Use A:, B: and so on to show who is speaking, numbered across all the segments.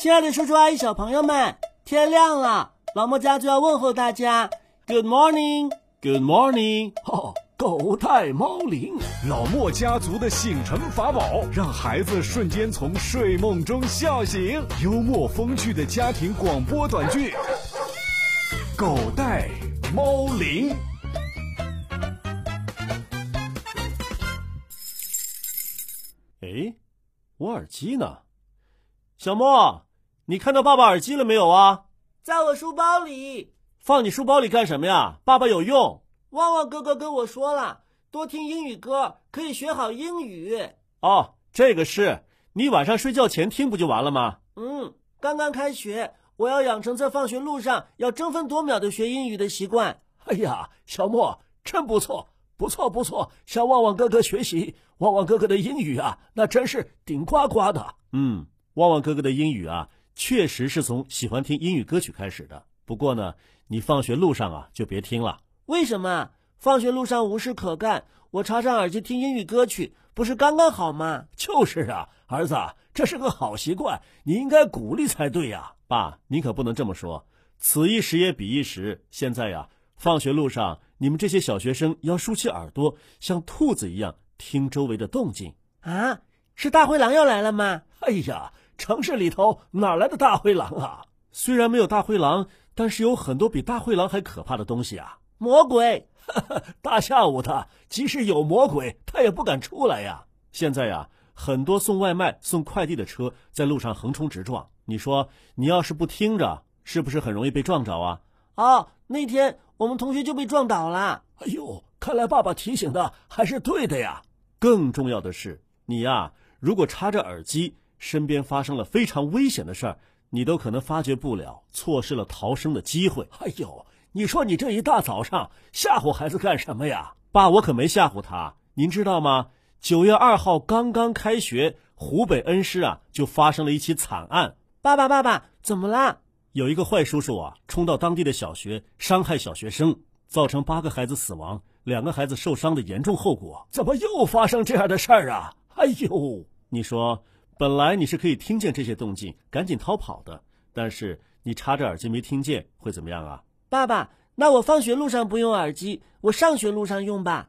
A: 亲爱的叔叔阿姨、小朋友们，天亮了，老莫家就要问候大家。Good morning，Good
B: morning。哦，狗带猫铃，老莫家族的醒神法宝，让孩子瞬间从睡梦中笑醒。幽默风趣的家庭广播短剧，《狗带猫铃》。
A: 哎，我耳机呢？小莫，你看到爸爸耳机了没有啊？
C: 在我书包里。
A: 放你书包里干什么呀？爸爸有用。
C: 旺旺哥哥跟我说了，多听英语歌可以学好英语。
A: 哦，这个是你晚上睡觉前听不就完了吗？
C: 嗯，刚刚开学，我要养成在放学路上要争分夺秒的学英语的习惯。
B: 哎呀，小莫真不错，不错不错，向旺旺哥哥学习。旺旺哥哥的英语啊，那真是顶呱呱的。
A: 嗯，旺旺哥哥的英语啊，确实是从喜欢听英语歌曲开始的。不过呢，你放学路上啊就别听了。
C: 为什么？啊放学路上无事可干，我插上耳机听英语歌曲，不是刚刚好吗？
B: 就是啊，儿子，这是个好习惯，你应该鼓励才对
A: 啊。
B: 呀、
A: 爸，您可不能这么说，此一时也彼一时。现在呀、啊，放学路上你们这些小学生要竖起耳朵，像兔子一样听周围的动静。
C: 啊，是大灰狼要来了吗？
B: 哎呀，城市里头哪来的大灰狼啊？
A: 虽然没有大灰狼。但是有很多比大灰狼还可怕的东西啊！
C: 魔 鬼，
B: 大下午的，即使有魔鬼，他也不敢出来呀。
A: 现在呀、啊，很多送外卖、送快递的车在路上横冲直撞。你说，你要是不听着，是不是很容易被撞着啊？
C: 哦，那天我们同学就被撞倒了。
B: 哎呦，看来爸爸提醒的还是对的呀。
A: 更重要的是，你呀、啊，如果插着耳机，身边发生了非常危险的事儿。你都可能发觉不了，错失了逃生的机会。
B: 哎呦，你说你这一大早上吓唬孩子干什么呀？
A: 爸，我可没吓唬他，您知道吗？九月二号刚刚开学，湖北恩施啊就发生了一起惨案。
C: 爸爸，爸爸，怎么啦？
A: 有一个坏叔叔啊，冲到当地的小学，伤害小学生，造成八个孩子死亡，两个孩子受伤的严重后果。
B: 怎么又发生这样的事儿啊？哎呦，
A: 你说。本来你是可以听见这些动静，赶紧逃跑的，但是你插着耳机没听见，会怎么样啊？
C: 爸爸，那我放学路上不用耳机，我上学路上用吧。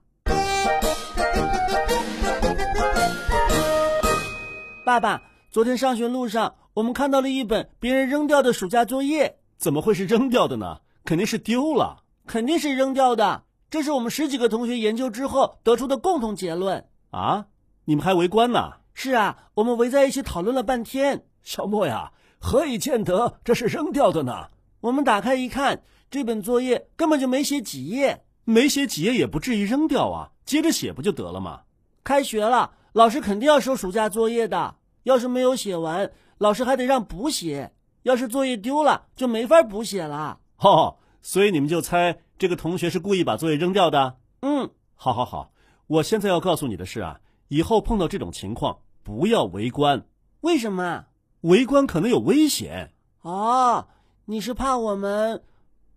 C: 爸爸，昨天上学路上，我们看到了一本别人扔掉的暑假作业，
A: 怎么会是扔掉的呢？肯定是丢了，
C: 肯定是扔掉的。这是我们十几个同学研究之后得出的共同结论。
A: 啊，你们还围观呢？
C: 是啊，我们围在一起讨论了半天。
B: 小莫呀，何以见得这是扔掉的呢？
C: 我们打开一看，这本作业根本就没写几页，
A: 没写几页也不至于扔掉啊，接着写不就得了吗？
C: 开学了，老师肯定要收暑假作业的。要是没有写完，老师还得让补写；要是作业丢了，就没法补写了。
A: 哦，所以你们就猜这个同学是故意把作业扔掉的？
C: 嗯，
A: 好好好，我现在要告诉你的是啊，以后碰到这种情况。不要围观，
C: 为什么？
A: 围观可能有危险。
C: 哦，你是怕我们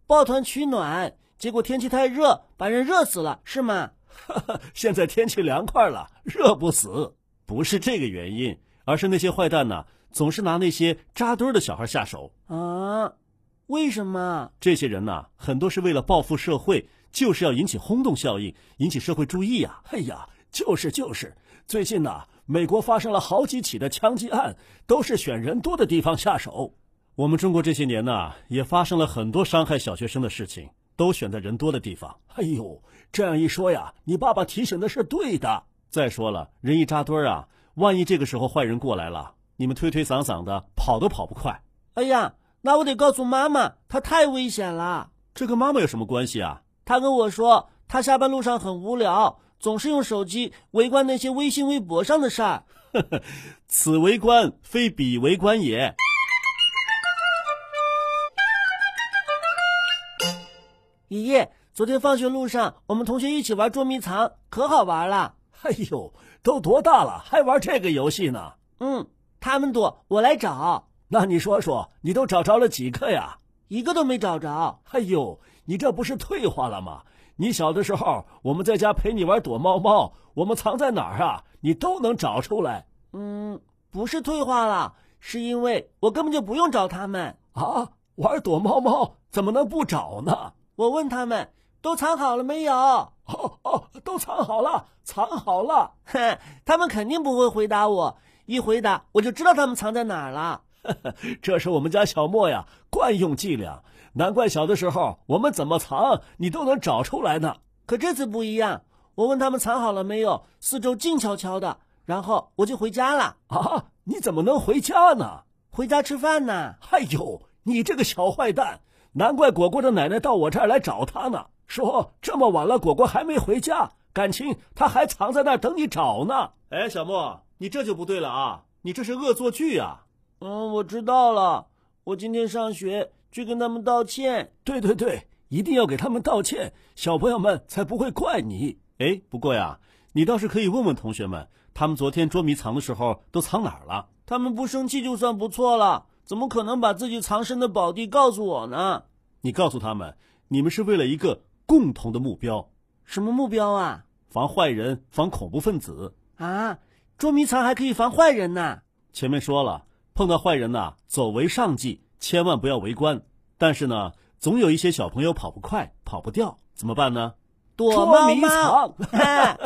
C: 抱团取暖，结果天气太热，把人热死了，是吗？
B: 现在天气凉快了，热不死。
A: 不是这个原因，而是那些坏蛋呢，总是拿那些扎堆的小孩下手。
C: 啊？为什么？
A: 这些人呢，很多是为了报复社会，就是要引起轰动效应，引起社会注意啊！
B: 哎呀，就是就是，最近呢、啊。美国发生了好几起的枪击案，都是选人多的地方下手。
A: 我们中国这些年呢、啊，也发生了很多伤害小学生的事情，都选在人多的地方。
B: 哎呦，这样一说呀，你爸爸提醒的是对的。
A: 再说了，人一扎堆儿啊，万一这个时候坏人过来了，你们推推搡搡的，跑都跑不快。
C: 哎呀，那我得告诉妈妈，她太危险了。
A: 这跟妈妈有什么关系啊？
C: 她跟我说，她下班路上很无聊。总是用手机围观那些微信、微博上的事儿。
A: 此为官，非彼为官也。
C: 爷爷，昨天放学路上，我们同学一起玩捉迷藏，可好玩了。
B: 哎呦，都多大了，还玩这个游戏呢？
C: 嗯，他们躲，我来找。
B: 那你说说，你都找着了几个呀？
C: 一个都没找着。
B: 哎呦，你这不是退化了吗？你小的时候，我们在家陪你玩躲猫猫，我们藏在哪儿啊？你都能找出来。
C: 嗯，不是退化了，是因为我根本就不用找他们。
B: 啊，玩躲猫猫怎么能不找呢？
C: 我问他们都藏好了没有，
B: 哦哦，都藏好了，藏好了。
C: 哼，他们肯定不会回答我。一回答我就知道他们藏在哪儿了。
A: 这是我们家小莫呀惯用伎俩，难怪小的时候我们怎么藏你都能找出来呢。
C: 可这次不一样，我问他们藏好了没有，四周静悄悄的，然后我就回家了，
A: 啊，你怎么能回家呢？
C: 回家吃饭呢。
A: 哎呦，你这个小坏蛋，难怪果果的奶奶到我这儿来找他呢，说这么晚了果果还没回家，感情他还藏在那儿等你找呢。哎，小莫，你这就不对了啊，你这是恶作剧啊！
C: 嗯，我知道了，我今天上学去跟他们道歉。
A: 对对对，一定要给他们道歉，小朋友们才不会怪你。哎，不过呀，你倒是可以问问同学们，他们昨天捉迷藏的时候都藏哪儿了？
C: 他们不生气就算不错了，怎么可能把自己藏身的宝地告诉我呢？
A: 你告诉他们，你们是为了一个共同的目标，
C: 什么目标啊？
A: 防坏人，防恐怖分子。
C: 啊，捉迷藏还可以防坏人呐！
A: 前面说了，碰到坏人呐、走为上计，千万不要围观。但是呢，总有一些小朋友跑不快，跑不掉，怎么办呢？
C: 躲
A: 捉
C: 猫
A: 迷
C: 猫
A: 藏，
C: 哎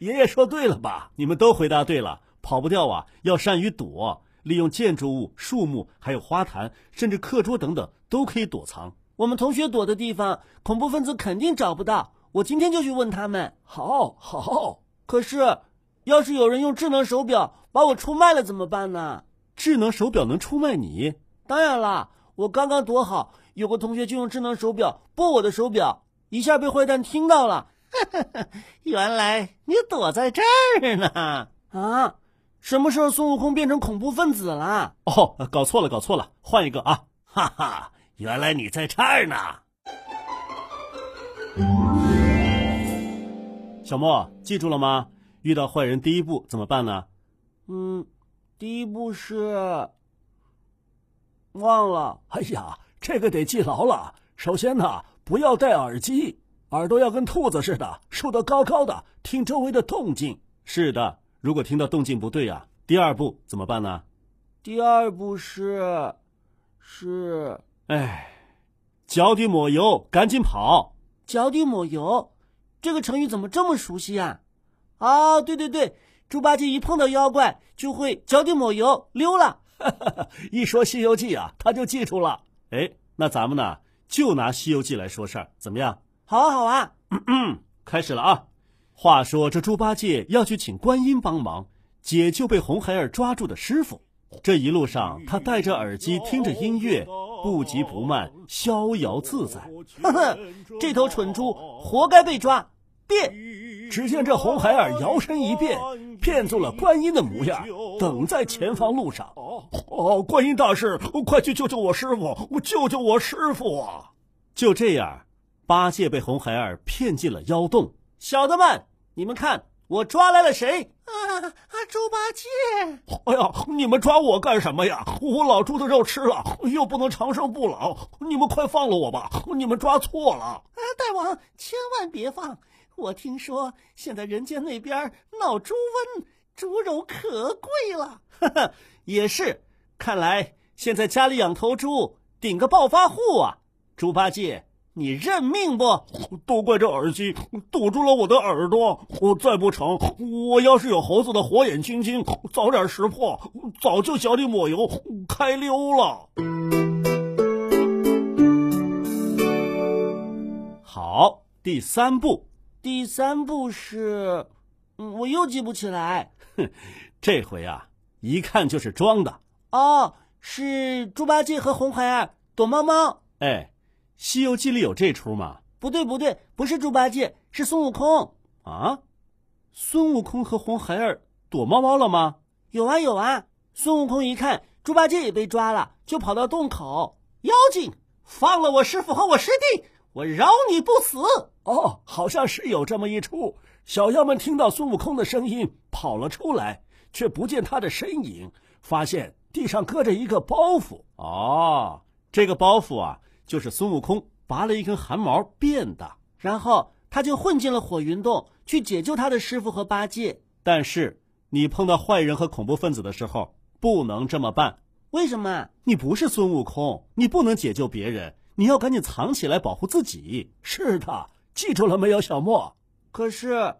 A: 爷爷说对了吧？你们都回答对了。跑不掉啊，要善于躲，利用建筑物、树木，还有花坛，甚至课桌等等，都可以躲藏。
C: 我们同学躲的地方，恐怖分子肯定找不到。我今天就去问他们。
B: 好，好，
C: 可是，要是有人用智能手表把我出卖了怎么办呢？
A: 智能手表能出卖你？
C: 当然啦，我刚刚躲好，有个同学就用智能手表拨我的手表，一下被坏蛋听到 了。原来你躲在这儿呢！ 啊，什么时候孙悟空变成恐怖分子了？
A: 哦，搞错了，搞错了，换一个啊！
C: 哈哈，原来你在这儿呢！
A: 小莫，记住了吗？遇到坏人第一步怎么办呢？
C: 嗯，第一步是忘了。
B: 哎呀，这个得记牢了。首先呢，不要戴耳机，耳朵要跟兔子似的竖得高高的，听周围的动静。
A: 是的，如果听到动静不对啊，第二步怎么办呢？
C: 第二步是，是
A: 哎，脚底抹油，赶紧跑！
C: 脚底抹油，这个成语怎么这么熟悉啊？啊，对对对，猪八戒一碰到妖怪就会脚底抹油溜了。
A: 一说《西游记》啊，他就记住了。哎，那咱们呢，就拿《西游记》来说事儿，怎么样？
C: 好啊好啊，
A: 开始了啊！话说这猪八戒要去请观音帮忙解救被红孩儿抓住的师傅。这一路上，他戴着耳机听着音乐，不急不慢，逍遥自在。
C: 哼哼， 这头蠢猪活该被抓，变
B: 只见这红孩儿摇身一变，变做了观音的模样，等在前方路上。哦，观音大士，快去救救我师傅！救救我师傅啊！
A: 就这样，八戒被红孩儿骗进了妖洞。
C: 小的们，你们看我抓来了谁？啊啊，猪八戒！
B: 哎呀，你们抓我干什么呀？我老猪的肉吃了，又不能长生不老，你们快放了我吧！你们抓错了。
C: 啊，大王千万别放！我听说现在人间那边闹猪瘟，猪肉可贵了。哈哈，也是，看来现在家里养头猪，顶个暴发户啊！猪八戒，你认命不？
B: 都怪这耳机堵住了我的耳朵，我再不成，我要是有猴子的火眼金睛，早点识破，早就脚底抹油开溜了。
A: 好，第三步，
C: 第三步是，嗯，我又记不起 来。
A: 这回啊，一看就是装的。
C: 哦，是猪八戒和红孩儿躲猫猫。
A: 哎，《西游记》里有这出吗？
C: 不对，不对，不是猪八戒，是孙悟空。
A: 啊，孙悟空和红孩儿躲猫猫了吗？
C: 有啊有啊！孙悟空一看猪八戒也被抓了，就跑到洞口，妖精放了我师傅和我师弟，我饶你不死。
B: 哦，好像是有这么一出。小妖们听到孙悟空的声音跑了出来，却不见他的身影，发现地上搁着一个包袱。
A: 哦，这个包袱啊，就是孙悟空拔了一根汗毛变的。
C: 然后他就混进了火云洞，去解救他的师傅和八戒。
A: 但是你碰到坏人和恐怖分子的时候，不能这么办。为什么？你不是孙悟空，你不能解救别人，你要赶紧藏起来保护自己。
D: 是的，记住了没有，小莫？
A: 可是，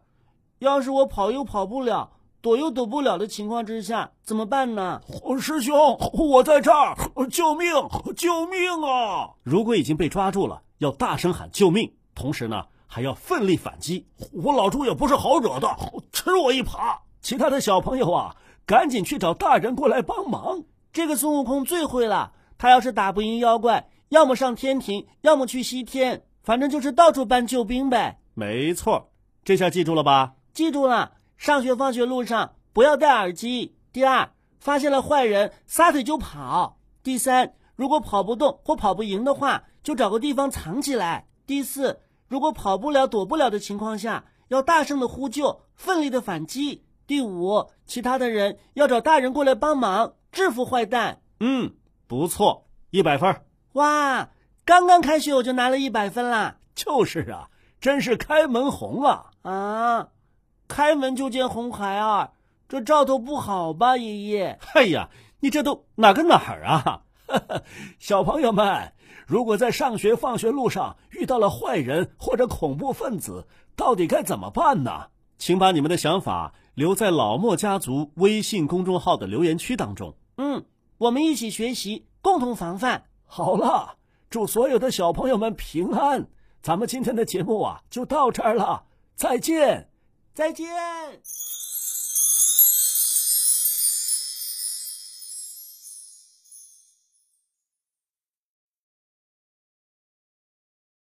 A: 要是我跑又跑不了，躲又躲不了的情况之下，怎么办呢？
D: 师兄，我在这儿，救命！救命啊！
A: 如果已经被抓住了，要大声喊救命，同时呢，还要奋力反击。
D: 我老朱也不是好惹的，吃我一耙！其他的小朋友啊，赶紧去找大人过来帮忙。
A: 这个孙悟空最会了，他要是打不赢妖怪，要么上天庭，要么去西天，反正就是到处搬救兵呗。
D: 没错，这下记住了吧？
A: 记住了，上学放学路上不要戴耳机。第二，发现了坏人撒腿就跑。第三，如果跑不动或跑不赢的话，就找个地方藏起来。第四，如果跑不了、躲不了的情况下，要大声的呼救，奋力的反击。第五，其他的人要找大人过来帮忙，制服坏蛋。
D: 嗯，不错，一百分。
A: 哇，刚刚开学我就拿了一百分啦！
D: 就是啊，真是开门红啊！
A: 啊，开门就见红孩儿，这兆头不好吧，爷爷？
D: 哎呀，你这都哪跟哪儿啊？ 小朋友们，如果在上学、放学路上遇到了坏人或者恐怖分子，到底该怎么办呢？请把你们的想法留在老莫家族微信公众号的留言区当中。
A: 嗯，我们一起学习，共同防范。
D: 好了，祝所有的小朋友们平安。咱们今天的节目啊，就到这儿了，再见，
A: 再见。